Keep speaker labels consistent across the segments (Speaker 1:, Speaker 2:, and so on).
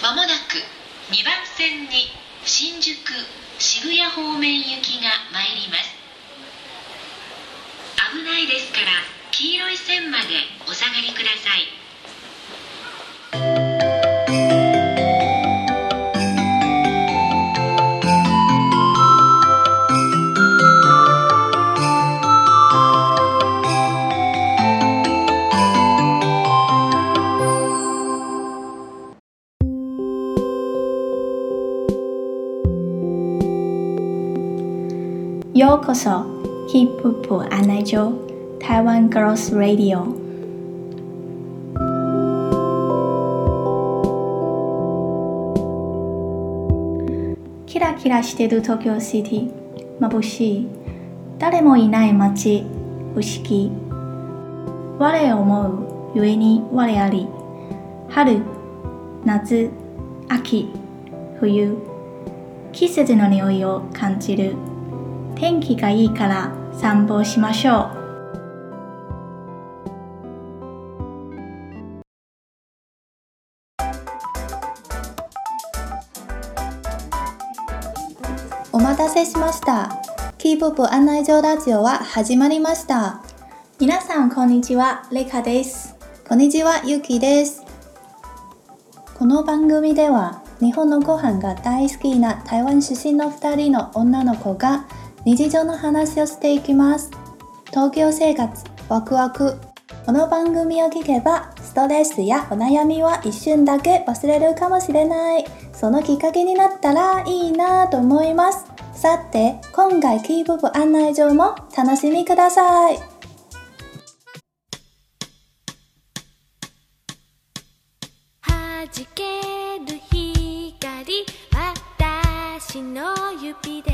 Speaker 1: まもなく2番線に新宿渋谷方面行きが参ります危ないですから黄色い線までお下がりください
Speaker 2: ようこそヒップホップ案内所台湾 Girls Radio キラキラしてる東京シティ眩しい誰もいない街不思議我思う故に我あり春夏秋冬季節の匂いを感じる天気がいいから散歩しましょう。
Speaker 3: お待たせしました。キーポップ案内所ラジオは始まりました。
Speaker 2: 皆さんこんにちは、レイカです。
Speaker 3: こんにちは、ゆきです。この番組では、日本のご飯が大好きな台湾出身の2人の女の子が日常の話をしていきます。東京生活、ワクワク。この番組を聞けば、ストレスやお悩みは一瞬だけ忘れるかもしれない。そのきっかけになったらいいなと思います。さて、今回キープ部案内状も楽しみください。
Speaker 4: はじける光私の指で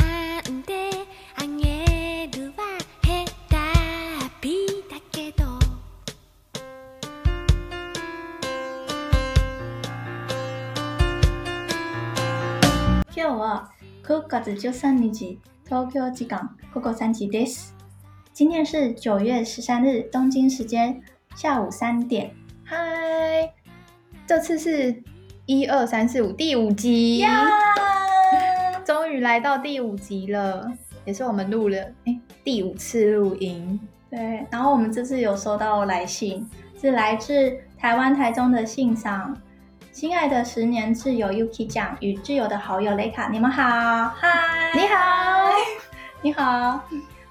Speaker 4: 編んであげるはヘタピだけど
Speaker 2: 今日は9月13日東京時間午後3時です。今天是9月13日东京时间下午3点。
Speaker 5: 嗨，这次是一二三四五第五集终于来到第五集了，也是我们录了哎第五次录音，
Speaker 2: 对，然后我们这次有收到来信，是来自台湾台中的信赏。亲爱的十年挚友 Yuki 酱与挚友的好友雷卡，你们好，嗨，
Speaker 5: 你好，
Speaker 2: 你好。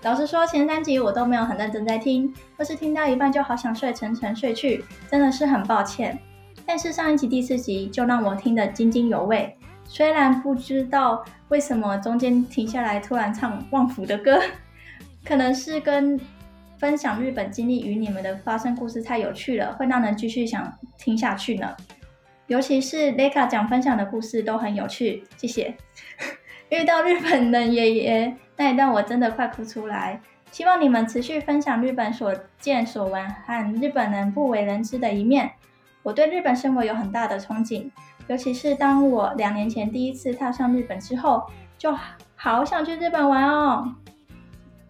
Speaker 2: 老实说，前三集我都没有很认真在听，或是听到一半就好想睡沉沉睡去，真的是很抱歉。但是上一集第四集就让我听得津津有味，虽然不知道为什么中间停下来突然唱旺福的歌， 可能是跟分享日本经历与你们的发生故事太有趣了，会让人继续想听下去呢。尤其是 Leka 讲分享的故事都很有趣，谢谢。 遇到日本人爷爷那一段，我真的快哭出来。希望你们持续分享日本所见所闻和日本人不为人知的一面。我对日本生活有很大的憧憬，尤其是当我两年前第一次踏上日本之后，就好想去日本玩哦。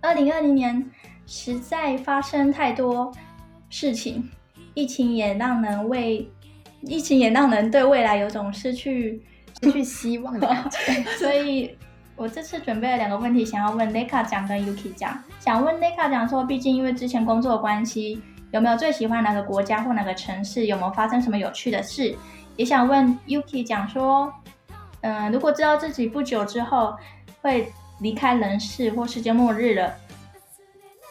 Speaker 2: 二零二零年实在发生太多事情，疫情也让人为疫情也让人对未来有种失去
Speaker 5: 失去希望的感觉。
Speaker 2: 所以我这次准备了两个问题，想要问 Leka 讲跟 Yuki 讲。想问 Leka 讲说，毕竟因为之前工作的关系，有没有最喜欢哪个国家或哪个城市？有没有发生什么有趣的事？也想问 Yuki 讲说，嗯、如果知道自己不久之后会离开人世或世界末日了，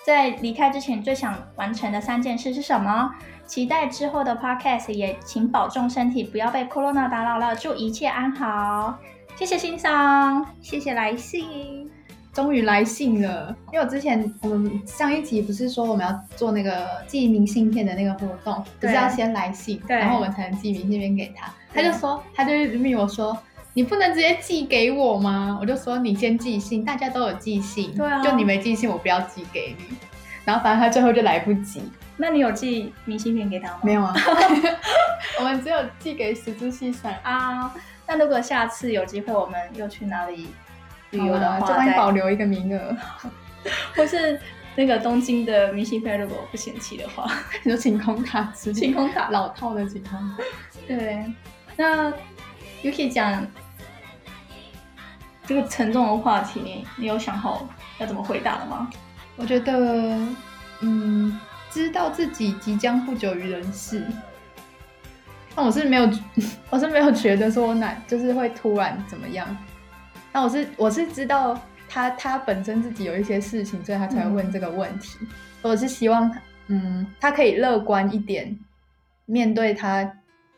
Speaker 2: 在离开之前最想完成的三件事是什么？期待之后的 podcast 也请保重身体，不要被 corona 打扰了，祝一切安好。谢谢欣赏，
Speaker 5: 谢谢来信，终于来信了。因为我之前我们上一集不是说我们要做那个寄明信片的那个活动，不
Speaker 2: 对
Speaker 5: 是要先来信，
Speaker 2: 对
Speaker 5: 然后我们才能寄明信片给他。他
Speaker 2: 对
Speaker 5: 就说，他就一直密我说。你不能直接寄给我吗？我就说你先寄信，大家都有寄信，
Speaker 2: 对啊
Speaker 5: 就你没寄信，我不要寄给你。然后反正他最后就来不及，
Speaker 2: 那你有寄明信片给他吗？
Speaker 5: 没 有啊，我们只有寄给十字系上
Speaker 2: 啊。那如果下次有机会，我们又去哪里旅
Speaker 5: 旅
Speaker 2: 游
Speaker 5: 游
Speaker 2: 的
Speaker 5: 的
Speaker 2: 话，
Speaker 5: 话，就帮你
Speaker 2: 再
Speaker 5: 保留一个名额。
Speaker 2: 或是那个东京的明信片如果不嫌弃的话，
Speaker 5: 就晴空塔之类
Speaker 2: 晴空塔
Speaker 5: 老套的晴空塔。
Speaker 2: 对，那 Yuki 讲这个沉重的话题，你你有想好要怎么回答了吗？
Speaker 5: 我觉得，嗯，知道自己即将不久于人世，但我是没有， 我是没有觉得说哪就是会突然怎么样。但我是我是知道他他本身自己有一些事情，所以他才会问这个问题。我是希望他，嗯，他可以乐观一点，面对他，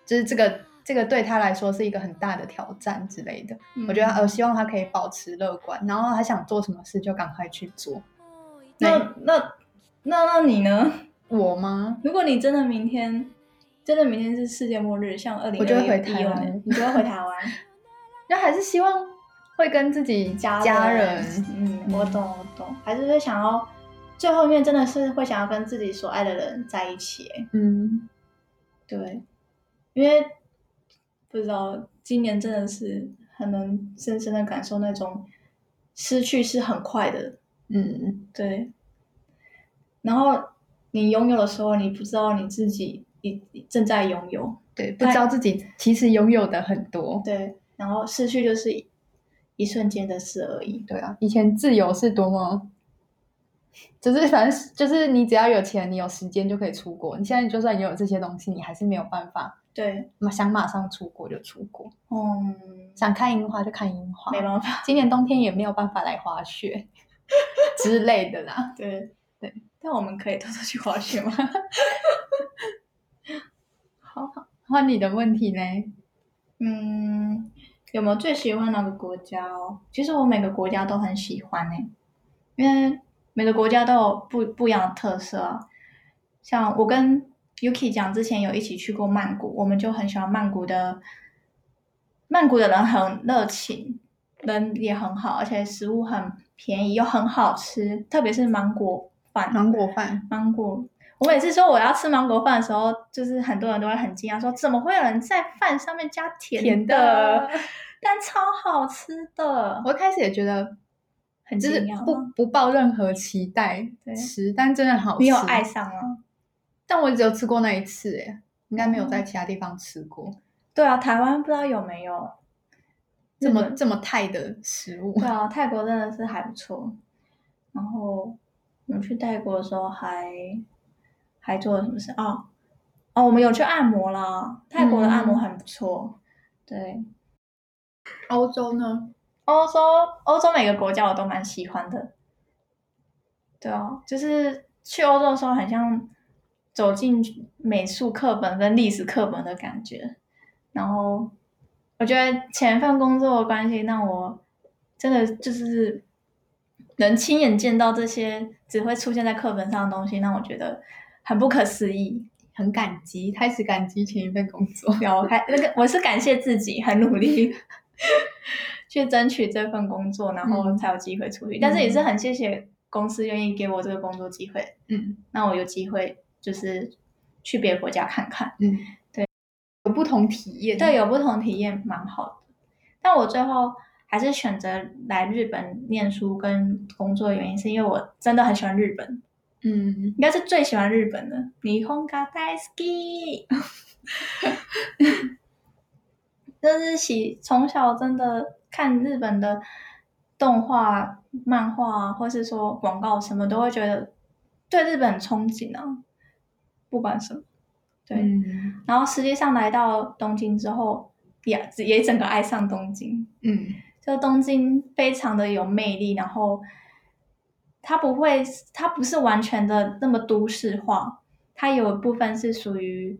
Speaker 5: 就是这个这个对他来说是一个很大的挑战之类的。嗯
Speaker 2: 嗯
Speaker 5: 我觉得他，呃我希望他可以保持乐观，然后他想做什么事就赶快去做。
Speaker 2: 那那那那你呢？
Speaker 5: 我吗？
Speaker 2: 如果你真的明天，真的明天是世界末日，像二零，
Speaker 5: 我就会回台湾
Speaker 2: 你就会回台湾。
Speaker 5: 就还是希望会跟自己家人，
Speaker 2: 嗯，我懂，我懂，还是会想要最后面真的是会想要跟自己所爱的人在一起。哎
Speaker 5: 嗯，
Speaker 2: 对，因为不知道今年真的是很能深深的感受那种失去是很快的，
Speaker 5: 嗯，
Speaker 2: 对。然后你拥有的时候，你不知道你自己你你正在拥有，
Speaker 5: 对，不知道自己其实拥有的很多，
Speaker 2: 对。然后失去就是一一瞬间的事而已，
Speaker 5: 对啊，以前自由是多么，就是反正就是你只要有钱，你有时间就可以出国。你现在就算你有这些东西，你还是没有办法
Speaker 2: 对，
Speaker 5: 马想马上出国就出国，
Speaker 2: 嗯，
Speaker 5: 想看樱花就看樱花，
Speaker 2: 没办法，
Speaker 5: 今年冬天也没有办法来滑雪之类的啦。
Speaker 2: 对
Speaker 5: 对。
Speaker 2: 但我们可以偷偷去滑雪吗？好好，
Speaker 5: 换你的问题呢？
Speaker 2: 嗯，有没有最喜欢哪个国家哦？其实我每个国家都很喜欢呢、因为每个国家都有不不一样的特色啊。像我跟 Yuki 讲，之前有一起去过曼谷，我们就很喜欢曼谷的，曼谷的人很热情，人也很好，而且食物很便宜又很好吃，特别是芒果饭。
Speaker 5: 芒果饭，
Speaker 2: 芒果。我每次说我要吃芒果饭的时候，就是很多人都会很惊讶，说怎么会有人在饭上面加甜
Speaker 5: 甜的。
Speaker 2: 但超好吃的，
Speaker 5: 我一开始也觉得
Speaker 2: 很
Speaker 5: 就
Speaker 2: 惊
Speaker 5: 是
Speaker 2: 讶
Speaker 5: 不
Speaker 2: 吗。
Speaker 5: 不抱任何期待
Speaker 2: 对
Speaker 5: 吃，但真的好吃。
Speaker 2: 你有爱，上啊吗？
Speaker 5: 但我只有吃过那一次，哎，应该没有
Speaker 2: 哦
Speaker 5: 在其他地方吃过
Speaker 2: 对啊，台湾不知道有没有
Speaker 5: 这么
Speaker 2: 日本
Speaker 5: 这么泰的食物
Speaker 2: 对。啊，泰国真的是还不错。然后我们去泰国的时候还还做了什么事哦哦，我们有去按摩啦，泰国的按
Speaker 5: 嗯
Speaker 2: 摩很不错。对，
Speaker 5: 欧洲呢？
Speaker 2: 欧洲欧洲每个国家我都蛮喜欢的。对啊，就是去欧洲的时候，很像走进美术课本跟历史课本的感觉。然后我觉得前份工作的关系，让我真的就是能亲眼见到这些只会出现在课本上的东西，让我觉得很不可思议。
Speaker 5: 很感激，开始感激前一份工 作。
Speaker 2: 有，我还那个我是感谢自己很努力去争取这份工作，然后
Speaker 5: 嗯
Speaker 2: 才有机会出去。但是也是很谢谢公司愿意给我这个工作机会，
Speaker 5: 嗯
Speaker 2: 让我有机会就是去别的国家看看。
Speaker 5: 嗯，对，有不同体验。
Speaker 2: 对，哦有不同体验蛮好的。但我最后还是选择来日本念书跟工作的原因，是因为我真的很喜欢日本，
Speaker 5: 嗯，
Speaker 2: 应该是最喜欢日本的。霓虹が大好き。就是喜从小真的看日本的动画、漫画啊，或是说广告什么，都会觉得对日本很憧憬啊，不管什么。对，
Speaker 5: 嗯
Speaker 2: 然后实际上来到东京之后，也也整个爱上东京。
Speaker 5: 嗯
Speaker 2: 就东京非常的有魅力，然后它不会，它不是完全的那么都市化，它有一部分是属于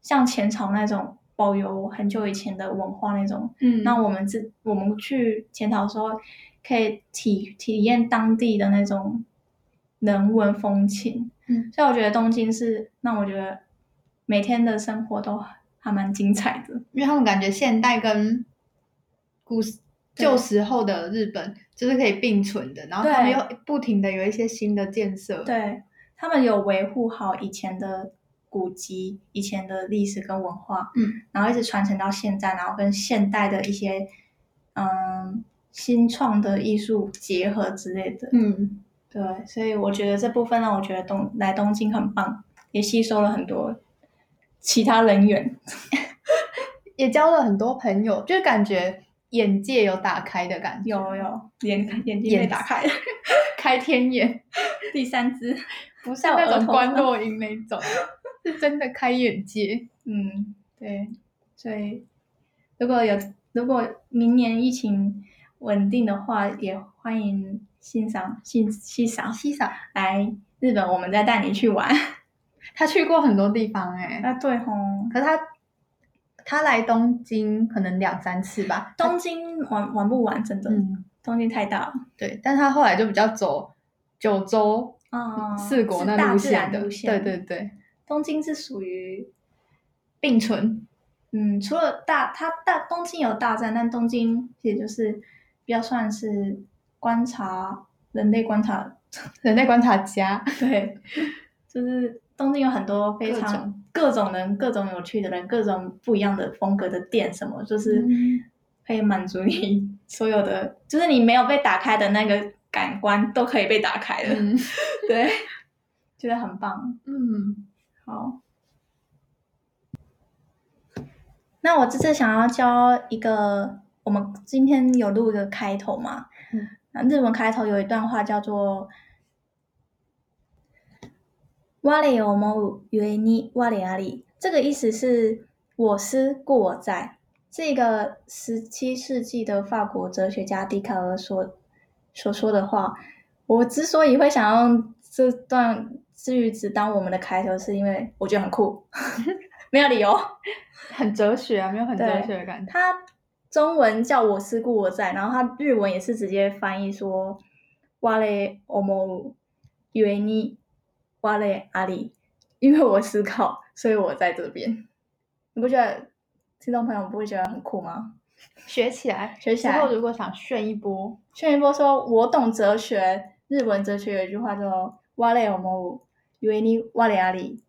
Speaker 2: 像前朝那种保留很久以前的文化那种。
Speaker 5: 嗯
Speaker 2: 那我们自我们去前朝的时候，可以体体验当地的那种人文风情。
Speaker 5: 嗯，
Speaker 2: 所以我觉得东京是让我觉得每天的生活都还蛮精彩的。
Speaker 5: 因为他们感觉现代跟古时
Speaker 2: 对
Speaker 5: 旧时候的日本就是可以并存的，然后
Speaker 2: 对
Speaker 5: 他们又不停的有一些新的建设。，
Speaker 2: 对他们有维护好以前的古籍、以前的历史跟文化，
Speaker 5: 嗯，
Speaker 2: 然后一直传承到现在，然后跟现代的一些嗯新创的艺术结合之类的，
Speaker 5: 嗯，
Speaker 2: 对，所以我觉得这部分让我觉得东来东京很棒，也吸收了很多其他人 员。
Speaker 5: 也交了很多朋友，就是感觉眼界有打开的感觉，
Speaker 2: 有有眼眼睛被打开了，
Speaker 5: 开天眼，
Speaker 2: 第三只，
Speaker 5: 不是
Speaker 2: 在我
Speaker 5: 那
Speaker 2: 额
Speaker 5: 种
Speaker 2: 头
Speaker 5: 关
Speaker 2: 上
Speaker 5: 落音那 种，是真的开眼界。
Speaker 2: 嗯，对，所以如果有如果明年疫情稳定的话，也欢迎欣赏欣欣赏
Speaker 5: 西萨
Speaker 2: 来日本，我们再带你去 玩。
Speaker 5: 他去过很多地方哎、
Speaker 2: 啊，对吼，
Speaker 5: 可是他他来东京可能两三次吧，
Speaker 2: 东京玩玩不完，真的，
Speaker 5: 嗯
Speaker 2: 东京太大了。
Speaker 5: 对，但他后来就比较走九州、
Speaker 2: 嗯，
Speaker 5: 哦四国
Speaker 2: 是
Speaker 5: 那
Speaker 2: 大
Speaker 5: 路
Speaker 2: 自然
Speaker 5: 线的，
Speaker 2: 路线
Speaker 5: 对对对，
Speaker 2: 东京是属于
Speaker 5: 并存，
Speaker 2: 嗯，除了大，它大东京有大战，但东京也就是比较算是观察人类观察，
Speaker 5: 人类观察家，
Speaker 2: 对，就是东京有很多非常各种人、各种有趣的人、各种不一样的风格的店，什么就是
Speaker 5: 嗯
Speaker 2: 可以满足你所有的，就是你没有被打开的那个感官都可以被打开了，
Speaker 5: 嗯
Speaker 2: 对，觉得很棒。
Speaker 5: 嗯，
Speaker 2: 好，那我这次想要教一个，我们今天有录一个开头嘛？
Speaker 5: 嗯，
Speaker 2: 那日文开头有一段话叫做“我れを思うゆえに我れあり”，这个意思是“我思故我在”，是一个十七世纪的法国哲学家笛卡尔所所说的话。我之所以会想要用这段日语只当我们的开头，是因为我觉得很酷， 没有理由。
Speaker 5: 很哲学啊，没有很哲学的感觉，
Speaker 2: 它中文叫我思故我在，然后它日文也是直接翻译说“我嘞我某ゆえに我嘞阿里”，因为我思考，所以我在这边。你不觉得听众朋友不会觉得很酷吗？
Speaker 5: 学起来，
Speaker 2: 学起来
Speaker 5: 之后如果想炫一波，
Speaker 2: 薛云波说：“我懂哲学，日文哲学有一句话叫‘我嘞我某ゆえに我嘞阿里’。”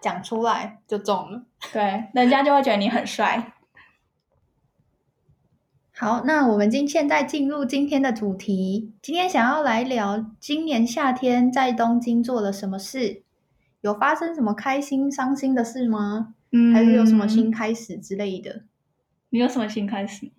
Speaker 5: 讲出来就中了。
Speaker 2: 对，人家就会觉得你很帅。
Speaker 5: 好，那我们今现在进入今天的主题。今天想要来聊今年夏天在东京做了什么事，有发生什么开心、伤心的事吗？
Speaker 2: 嗯
Speaker 5: 还是有什么新？开始之类的？
Speaker 2: 你有什么新开始？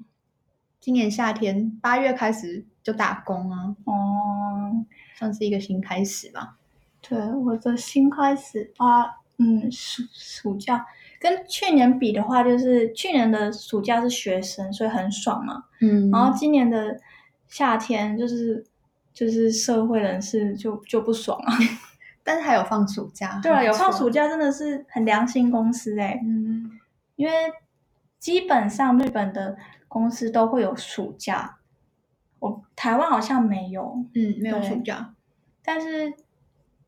Speaker 5: 今年夏天八月开始就打工啊，
Speaker 2: 哦，
Speaker 5: 算是一个新开始吧。
Speaker 2: 对，我的新开始啊，嗯，暑暑假跟去年比的话，就是去年的暑假是学生，所以很爽嘛。
Speaker 5: 嗯
Speaker 2: 然后今年的夏天就是就是社会人士就就不爽啊。
Speaker 5: 但是还有放暑假，
Speaker 2: 对啊，
Speaker 5: 很
Speaker 2: 有
Speaker 5: 不错
Speaker 2: 放暑，假真的是很良心公司哎、
Speaker 5: 嗯，
Speaker 2: 因为基本上日本的公司都会有暑假，我台湾好像没有，
Speaker 5: 嗯，没有
Speaker 2: 对
Speaker 5: 暑假，
Speaker 2: 但是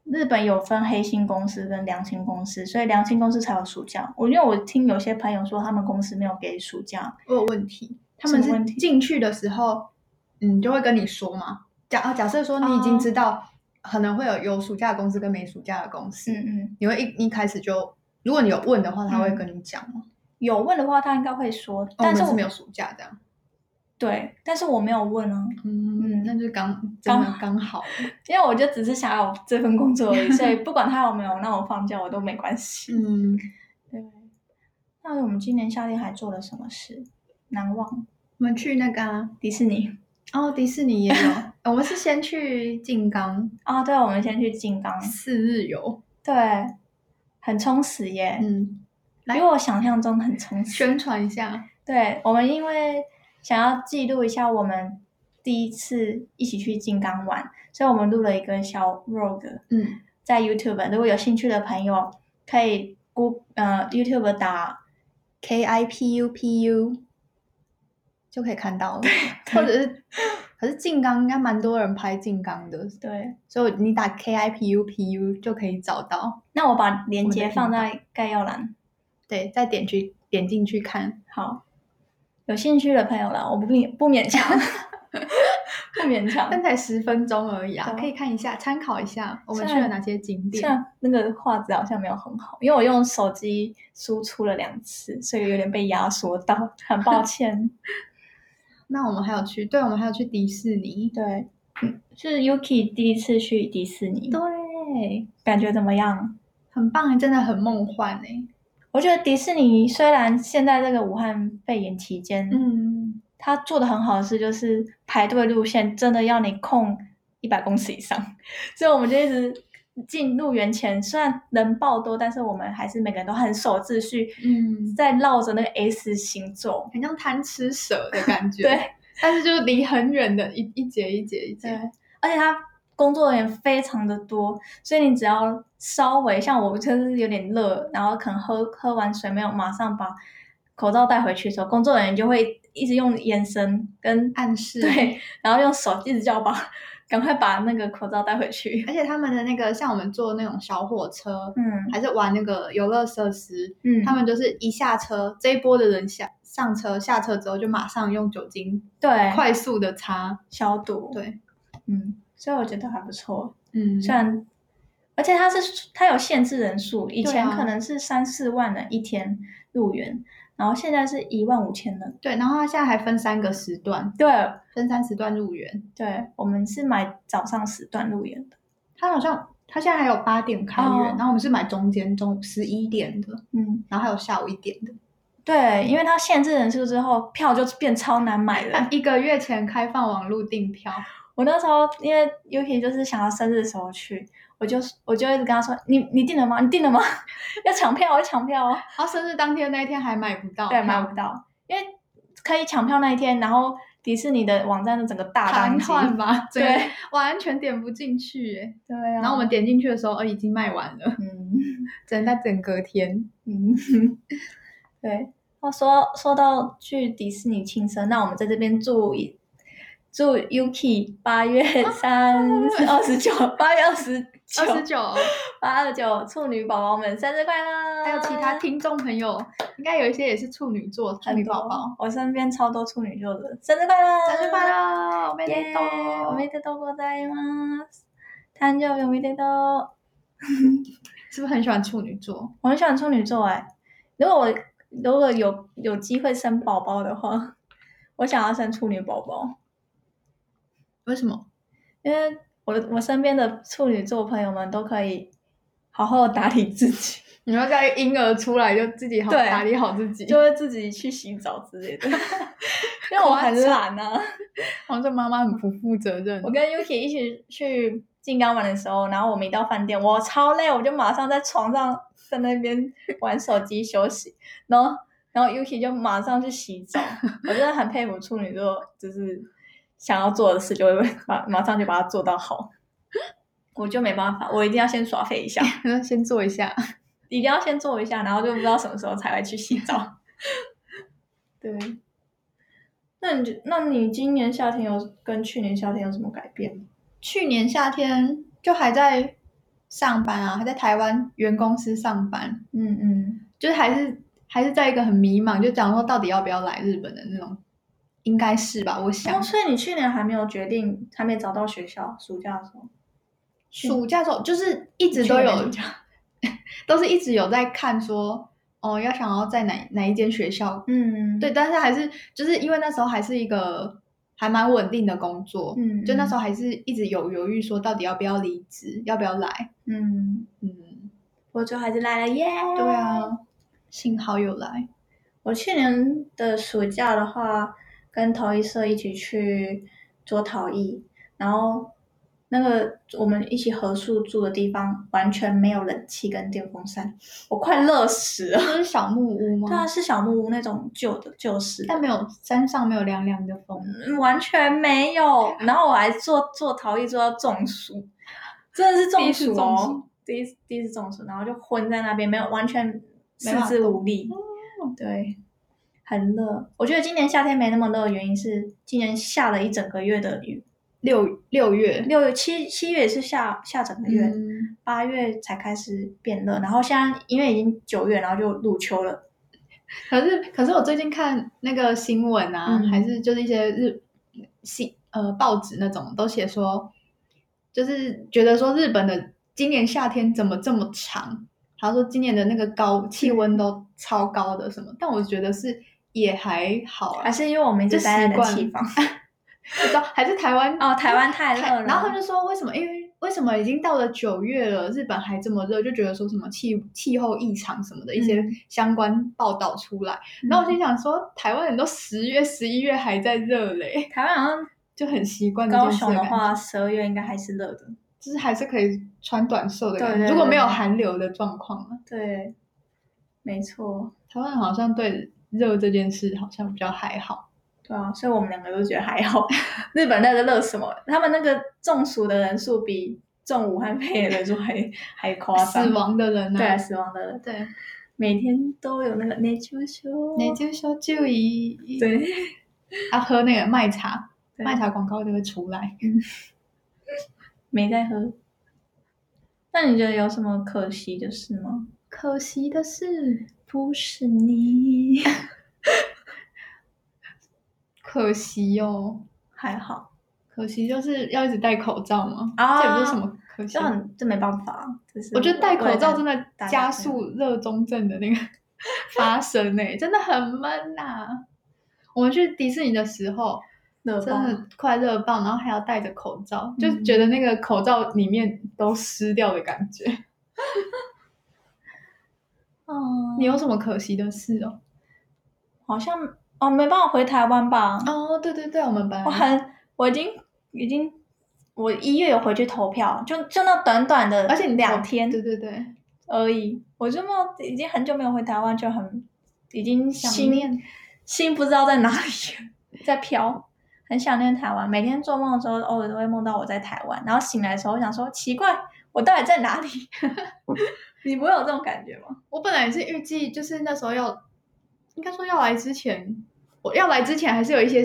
Speaker 2: 日本有分黑心公司跟良心公司，所以良心公司才有暑假。我因为我听有些朋友说他们公司没有给暑假，
Speaker 5: 我有问题。他
Speaker 2: 什
Speaker 5: 们
Speaker 2: 么问
Speaker 5: 是
Speaker 2: 题
Speaker 5: 进去的时候，嗯，就会跟你说嘛。假啊，假设说你已经
Speaker 2: 哦
Speaker 5: 知道可能会有有暑假的公司跟没暑假的公司，
Speaker 2: 嗯，
Speaker 5: 你会一一开始就，如果你有问的话，他会跟你讲吗？
Speaker 2: 有问的话他应该会说，
Speaker 5: 哦我
Speaker 2: 但
Speaker 5: 们
Speaker 2: 是
Speaker 5: 是
Speaker 2: 我
Speaker 5: 没有暑假这样。
Speaker 2: 对，但是我没有问啊，
Speaker 5: 嗯，那就是刚真的
Speaker 2: 刚
Speaker 5: 刚好。
Speaker 2: 因为我就只是想要有这份工作而已，所以不管他有没有让我放假我都没关系。
Speaker 5: 嗯，
Speaker 2: 对，那我们今年夏天还做了什么事？难忘
Speaker 5: 我们去那个啊
Speaker 2: 迪士尼
Speaker 5: 哦，迪士尼也有。 我们是先去静冈
Speaker 2: 啊、对，我们先去静冈，
Speaker 5: 四日游。
Speaker 2: 对，很充实耶，
Speaker 5: 嗯，来
Speaker 2: 比我想象中很充实。
Speaker 5: 宣传一下。
Speaker 2: 对我们，因为想要记录一下我们第一次一起去静冈玩，所以我们录了一个小 vlog，
Speaker 5: 嗯，
Speaker 2: 在 YouTube，如果有兴趣的朋友可以 Go 呃 YouTube 打
Speaker 5: K I P U P U 就可以看到了，或者是，可是静冈应该蛮多人拍静冈的，
Speaker 2: 对。
Speaker 5: 所以你打 K I P U P U 就可以找到。
Speaker 2: 那我把链
Speaker 5: 我
Speaker 2: 接
Speaker 5: 的频道
Speaker 2: 放在概要栏，
Speaker 5: 对，再点去点进去看。
Speaker 2: 好，有兴趣的朋友啦，我不勉不勉 强，不勉强。
Speaker 5: 但才十分钟而已啊，
Speaker 2: 对啊
Speaker 5: 可以看一下，参考一下我们
Speaker 2: 虽
Speaker 5: 去
Speaker 2: 然
Speaker 5: 了哪些景点。
Speaker 2: 像那个画质好像没有很好，因为我用手机输出了两次，所以有点被压缩到，很抱歉。
Speaker 5: 那我们还有去，对，我们还有去迪士尼。
Speaker 2: 对，是 Yuki 第一次去迪士尼，
Speaker 5: 对，
Speaker 2: 感觉怎么样？
Speaker 5: 很棒，欸真的很梦幻哎、
Speaker 2: 我觉得迪士尼虽然现在这个武汉肺炎期间，
Speaker 5: 嗯，
Speaker 2: 它做的很好的是，就是排队路线真的要你控一百公尺以上， 所以我们就一直进入园前，虽然人爆多，但是我们还是每个人都很守秩序，
Speaker 5: 嗯
Speaker 2: 在绕着那个 S 行走。
Speaker 5: 很像贪吃蛇的感 觉。
Speaker 2: 对，
Speaker 5: 但是就是离很远的一一节一节一
Speaker 2: 对
Speaker 5: 节。，
Speaker 2: 而且它工作人员非常的多，所以你只要稍微像我就是有点热，然后可能喝喝完水没有马上把口罩带回去的时候，工作人员就会一直用眼神跟
Speaker 5: 暗示，
Speaker 2: 对，然后用手一直叫我把赶快把那个口罩带回去。
Speaker 5: 而且他们的那个像我们坐那种小火车，
Speaker 2: 嗯
Speaker 5: 还是玩那个游乐设施，
Speaker 2: 嗯，
Speaker 5: 他们就是一下车，这一波的人下上车下车之后就马上用酒精
Speaker 2: 对
Speaker 5: 快速的擦，
Speaker 2: 消毒，
Speaker 5: 对，
Speaker 2: 嗯，所以我觉得还不错。
Speaker 5: 嗯，
Speaker 2: 虽然，而且它是它有限制人数，以
Speaker 5: 对
Speaker 2: 前
Speaker 5: 啊
Speaker 2: 可能是三四万人一天入园，然后现在是一万五千人。
Speaker 5: 对，然后它现在还分三个时段，
Speaker 2: 对
Speaker 5: 分三时段入园，
Speaker 2: 对，我们是买早上时段入园的。
Speaker 5: 它好像它现在还有八点开园，
Speaker 2: 哦
Speaker 5: 然后我们是买中间中午十一点的，
Speaker 2: 嗯，
Speaker 5: 然后还有下午一点的，
Speaker 2: 对，因为它限制人数之后，票就变超难买了
Speaker 5: 啊。一个月前开放网络订票，
Speaker 2: 我那时候因为 Yuki 就是想要生日的时候去，我就我就一直跟他说：“你你订了吗？你订了吗？ 要抢票，要抢票哦！”
Speaker 5: 然后生日当天那一天还买不到，
Speaker 2: 对，买不到，因为可以抢票那一天，然后迪士尼的网站就整个大
Speaker 5: 瘫
Speaker 2: 当机。
Speaker 5: 痪吧，整个
Speaker 2: 对
Speaker 5: 完全点不进去耶。
Speaker 2: 对啊，
Speaker 5: 然后我们点进去的时候，哦，已经卖完了，
Speaker 2: 嗯
Speaker 5: 只能在等隔天。
Speaker 2: 嗯，对。哦，说说到去迪士尼庆生，那我们在这边祝一祝 Yuki 八月三二十九，八月二十九，
Speaker 5: 啊 二十九，
Speaker 2: 八二九处女宝宝们生日快乐！
Speaker 5: 还有其他听众朋友，应该有一些也是处女座处
Speaker 2: 很
Speaker 5: 女
Speaker 2: 多
Speaker 5: 宝宝，，
Speaker 2: 我身边超多处女座的，生日快乐！
Speaker 5: 生日快！乐！我们
Speaker 2: 耶
Speaker 5: 得到，！
Speaker 2: おめでとうございます。誕生日おめでとう。
Speaker 5: 是不是很喜欢处女座？
Speaker 2: 我很喜欢处女座哎、如果我如果有有机会生宝宝的话，我想要生处女宝宝，
Speaker 5: 为什么？
Speaker 2: 因为我的我身边的处女座朋友们都可以好好地打理自己，
Speaker 5: 你要在婴儿出来就自己好
Speaker 2: 对
Speaker 5: 打理好自己，
Speaker 2: 就会自己去洗澡之类的。因为我很懒啊，
Speaker 5: 好像这妈妈很不负责任
Speaker 2: 我。跟 Yuki 一起去静冈玩的时候，然后我们一到饭店，我超累，我就马上在床上在那边玩手机休息，然后然后 Yuki 就马上去洗澡，我真的很佩服处女座，就是想要做的事就会马马上就把它做到好。 我就没办法，我一定要先耍废一下，
Speaker 5: 那先做一下，
Speaker 2: 一定要先做一下，然后就不知道什么时候才会去洗澡。 对，那你就那你今年夏天有跟去年夏天有什么改变吗？
Speaker 5: 去年夏天就还在上班啊，还在台湾原公司上班，
Speaker 2: 嗯嗯，
Speaker 5: 就是还是还是在一个很迷茫，就讲说到底要不要来日本的那种，应该是吧？我想
Speaker 2: 哦，所以你去年还没有决定，还没找到学校，暑假的时候，
Speaker 5: 暑假时候就是一直都
Speaker 2: 嗯去
Speaker 5: 有
Speaker 2: 年暑，
Speaker 5: 都是一直有在看说哦，要想要在哪哪一间学校，
Speaker 2: 嗯
Speaker 5: 对，，但是还是就是因为那时候还是一个还蛮稳定的工作，
Speaker 2: 嗯，
Speaker 5: 就那时
Speaker 2: 候，
Speaker 5: 候还是一直有犹豫说到底要不要离职，要不要来，
Speaker 2: 嗯，
Speaker 5: 嗯，
Speaker 2: 我最后还是来了耶，
Speaker 5: 对，啊，幸好有来，
Speaker 2: 我去年的暑假的话，跟陶艺社一起去做陶艺，然后那个我们一起合宿住的地方完全没有冷气跟电风扇，我快热死了。
Speaker 5: 这是小木屋
Speaker 2: 对啊，
Speaker 5: 吗？
Speaker 2: 是小木屋那种旧的旧式的，
Speaker 5: 但没有山上没有凉凉的风，
Speaker 2: 嗯完全没 有。然后我还做做陶艺做到中暑，真的是中暑哦，第一次第一次中暑，然后就昏在那边，没有完全
Speaker 5: 没
Speaker 2: 四
Speaker 5: 办法
Speaker 2: 肢无力。嗯对，很热。我觉得今年夏天没那么热的原因是今年下了一整个月的雨，
Speaker 5: 六六月，
Speaker 2: 六月七七月也是下下整个月，
Speaker 5: 嗯，
Speaker 2: 八、月才开始变热，然后现在因为已经九月，然后就入秋了。
Speaker 5: 可是可是我最近看那个新闻啊，
Speaker 2: 嗯
Speaker 5: 还是就是一些日新呃报纸那种都写说，就是觉得说日本的今年夏天怎么这么长？他说今年的那个高气温都超高的什么，但我觉得是也还好、啊
Speaker 2: 还，是因为我们一直
Speaker 5: 就
Speaker 2: 待在
Speaker 5: 习
Speaker 2: 冷
Speaker 5: 惯
Speaker 2: 气房，
Speaker 5: 不知道还是台 湾
Speaker 2: 哦，台湾 太热
Speaker 5: 台
Speaker 2: 了，
Speaker 5: 然后他就说为什么？因为为什么已经到了九月了，日本还这么热？就觉得说什么气气候异常什么的一些
Speaker 2: 嗯
Speaker 5: 相关报道出来。然后我心想说，台湾人都十月、十一月还在热嘞，
Speaker 2: 台湾好像
Speaker 5: 就很习惯这
Speaker 2: 高
Speaker 5: 件事
Speaker 2: 雄的
Speaker 5: 感觉
Speaker 2: 话，十二月应该还是热的。
Speaker 5: 就是还是可以穿短袖的感觉。
Speaker 2: 对对
Speaker 5: 如果没有
Speaker 2: 对
Speaker 5: 寒流的状况啊，
Speaker 2: 对，没错，
Speaker 5: 台湾人好像对热这件事好像比较还好。
Speaker 2: 对啊，所以我们两个都觉得还好。 日本那个热什么？他们那个中暑的人数比中武汉肺炎人数还还夸张，
Speaker 5: 死亡的人呢、
Speaker 2: 对啊死亡的人，
Speaker 5: 对，
Speaker 2: 每天都有那个内疚羞，
Speaker 5: 你就说就一
Speaker 2: 对
Speaker 5: 要喝那个麦茶，
Speaker 2: 对嗯
Speaker 5: 麦茶广告就会出来。
Speaker 2: 没在喝。那你觉得有什么可惜的事吗？
Speaker 5: 可惜的是，
Speaker 2: 不是 你，
Speaker 5: 可惜哦，
Speaker 2: 还好，
Speaker 5: 可惜就是要一直戴口罩嘛，
Speaker 2: 啊
Speaker 5: 这也不是什么可惜
Speaker 2: 就。很这没办法，就是
Speaker 5: 我觉得戴口罩真的
Speaker 2: 大家
Speaker 5: 加速热中症的那个 发生 诶、真的很闷呐、我们去迪士尼的时候，
Speaker 2: 热
Speaker 5: 真
Speaker 2: 爆
Speaker 5: 的快热爆，然后还要戴着口罩，
Speaker 2: 嗯
Speaker 5: 就觉得那个口罩里面都湿掉的感觉。
Speaker 2: 哦，
Speaker 5: 你有什么可惜的事哦？
Speaker 2: 好像哦没办法回台湾吧？
Speaker 5: 哦，对对对，我们班
Speaker 2: 我很我已经已经我一月有回去投票，就就那短短的，
Speaker 5: 而且你
Speaker 2: 两天
Speaker 5: 对对对，
Speaker 2: 而已，我就没有已经很久没有回台湾，就很已经
Speaker 5: 想
Speaker 2: 心
Speaker 5: 念
Speaker 2: 心不知道在哪里，在飘。很想念台湾，每天做梦的时候，偶尔都会梦到我在台湾，然后醒来的时候，我想说奇怪，我到底在哪里？ 你不会有这种感觉吗？
Speaker 5: 我本来是预计，就是那时候要，应该说要来之前，我要来之前还是有一些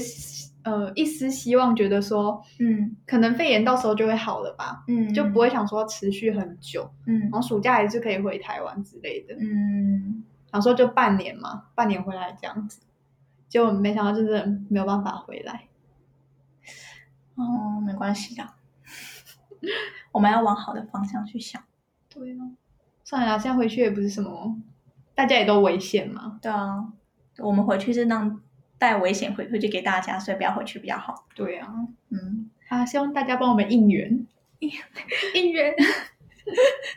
Speaker 5: 呃一丝希望，觉得说
Speaker 2: 嗯
Speaker 5: 可能肺炎到时候就会好了吧，
Speaker 2: 嗯，
Speaker 5: 就不会想说持续很久，
Speaker 2: 嗯
Speaker 5: 然后暑假还是可以回台湾之类的，
Speaker 2: 嗯，
Speaker 5: 然后说就半年嘛，半年回来这样子，结果没想到就是没有办法回来，
Speaker 2: 哦，没关系 的，我们要往好的方向去想。
Speaker 5: 对哦，
Speaker 2: 啊
Speaker 5: 算了啦，现在回去也不是什么，大家也都危险嘛，
Speaker 2: 对啊，我们回去是让带危险回回去给大家，所以不要回去比较好。
Speaker 5: 对啊，
Speaker 2: 嗯，
Speaker 5: 啊，希望大家帮我们应援，
Speaker 2: 应 援，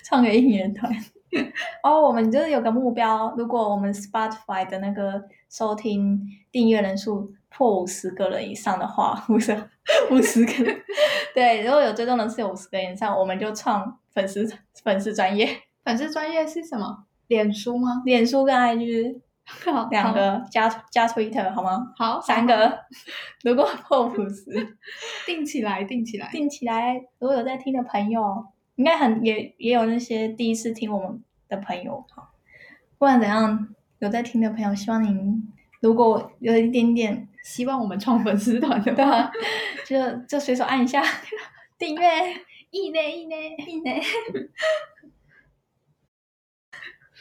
Speaker 2: 唱个应援团。 哦，我们就是有个目标，如果我们 Spotify 的那个收听订阅人数破五十个人以上的话， 五十五十个人，对，如果有追踪人数有五十个人以上，我们就创粉丝粉丝专业，
Speaker 5: 粉丝专业是什么？脸书吗？
Speaker 2: 脸书跟 IG
Speaker 5: 好
Speaker 2: 两个加加 Twitter 好吗？
Speaker 5: 好，
Speaker 2: 三个， 如果破五十。
Speaker 5: 定起来，定起来。
Speaker 2: 定起来，如果有在听的朋友，应该很也也有那些第一次听我们的朋友，好，不管怎样，有在听的朋友，希望您如果有一点点，
Speaker 5: 希望我们创粉丝团的
Speaker 2: 对啊
Speaker 5: 话，
Speaker 2: 吧？就就随手按一下订阅，一呢一呢一呢。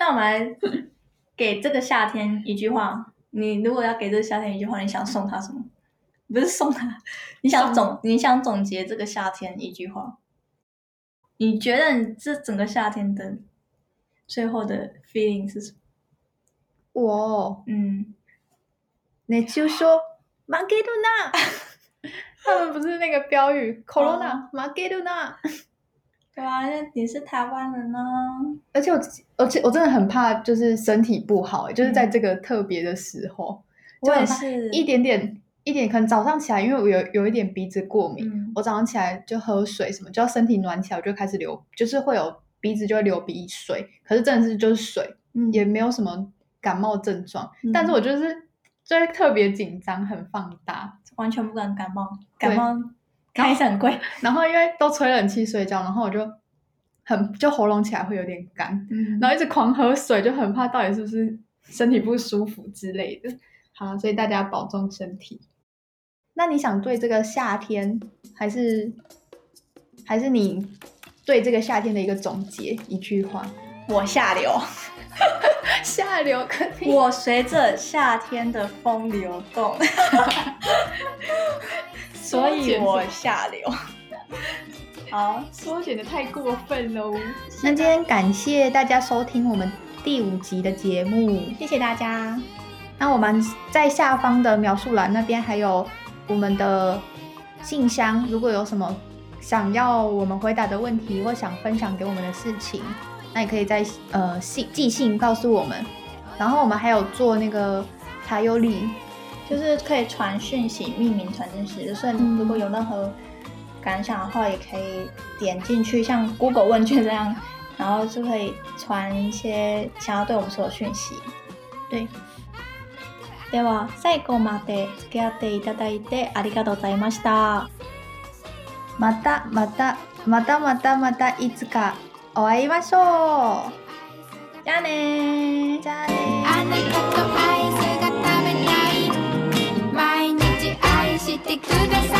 Speaker 2: 那我们来给这个夏天一句话，你如果要给这个夏天一句话，你想送他什么？不是送他，你想总你想总结这个夏天一句话？你觉得你这整个夏天的最后的 feeling 是什么？
Speaker 5: 我
Speaker 2: 嗯，
Speaker 5: 你就说，
Speaker 2: 马给鲁娜，
Speaker 5: 他们不是那个标语 “corona m a g e d o n a
Speaker 2: 对啊，那你是台湾人啊呢、
Speaker 5: 而且我自己，而且我真的很怕，就是身体不好、欸就是在这个特别的时候，就
Speaker 2: 我也
Speaker 5: 很怕
Speaker 2: 是，
Speaker 5: 一点点一点，可能早上起来，因为我有有一点鼻子过敏，
Speaker 2: 嗯，
Speaker 5: 我早上起来就喝水什么，就要身体暖起来，我就开始流，就是会有鼻子就会流鼻水，可是真的是就是水，
Speaker 2: 嗯
Speaker 5: 也没有什么感冒症状，
Speaker 2: 嗯
Speaker 5: 但是我就是就会特别紧张，很放大。
Speaker 2: 完全不敢感冒，
Speaker 5: 对
Speaker 2: 感冒看医生很贵。
Speaker 5: 然后因为都吹冷气睡觉，然后我就很就喉咙起来会有点干，
Speaker 2: 嗯
Speaker 5: 然后一直狂喝水，就很怕到底是不是身体不舒服之类的。好，所以大家保重身体。那你想对这个夏天，还是还是你对这个夏天的一个总结一句话？
Speaker 2: 我下流，
Speaker 5: 下流肯定
Speaker 2: 我随着夏天的风流动，所以我下流。好，
Speaker 5: 缩减的太过分喽。那今天感谢大家收听我们第五集的节目，
Speaker 2: 谢谢大家。
Speaker 5: 那我们在下方的描述栏那边还有我们的信箱，如果有什么想要我们回答的问题或想分享给我们的事情，那也可以在呃信寄信告诉我们。然后我们还有做那个塔尤里，
Speaker 2: 就是可以传讯息、匿名传讯息，所以如果有任何感想的话，也可以点进去，像 Google 问卷这样，然后就可以传一些想要对我们说的讯息。
Speaker 5: 对。
Speaker 2: では、最後まで付き合っていただいてありがとうございました。
Speaker 5: またまたまたまたまたいつかお会いましょ
Speaker 2: じゃあねー
Speaker 5: う。じゃあね。
Speaker 4: あなたとアイスが食べたい毎日愛してください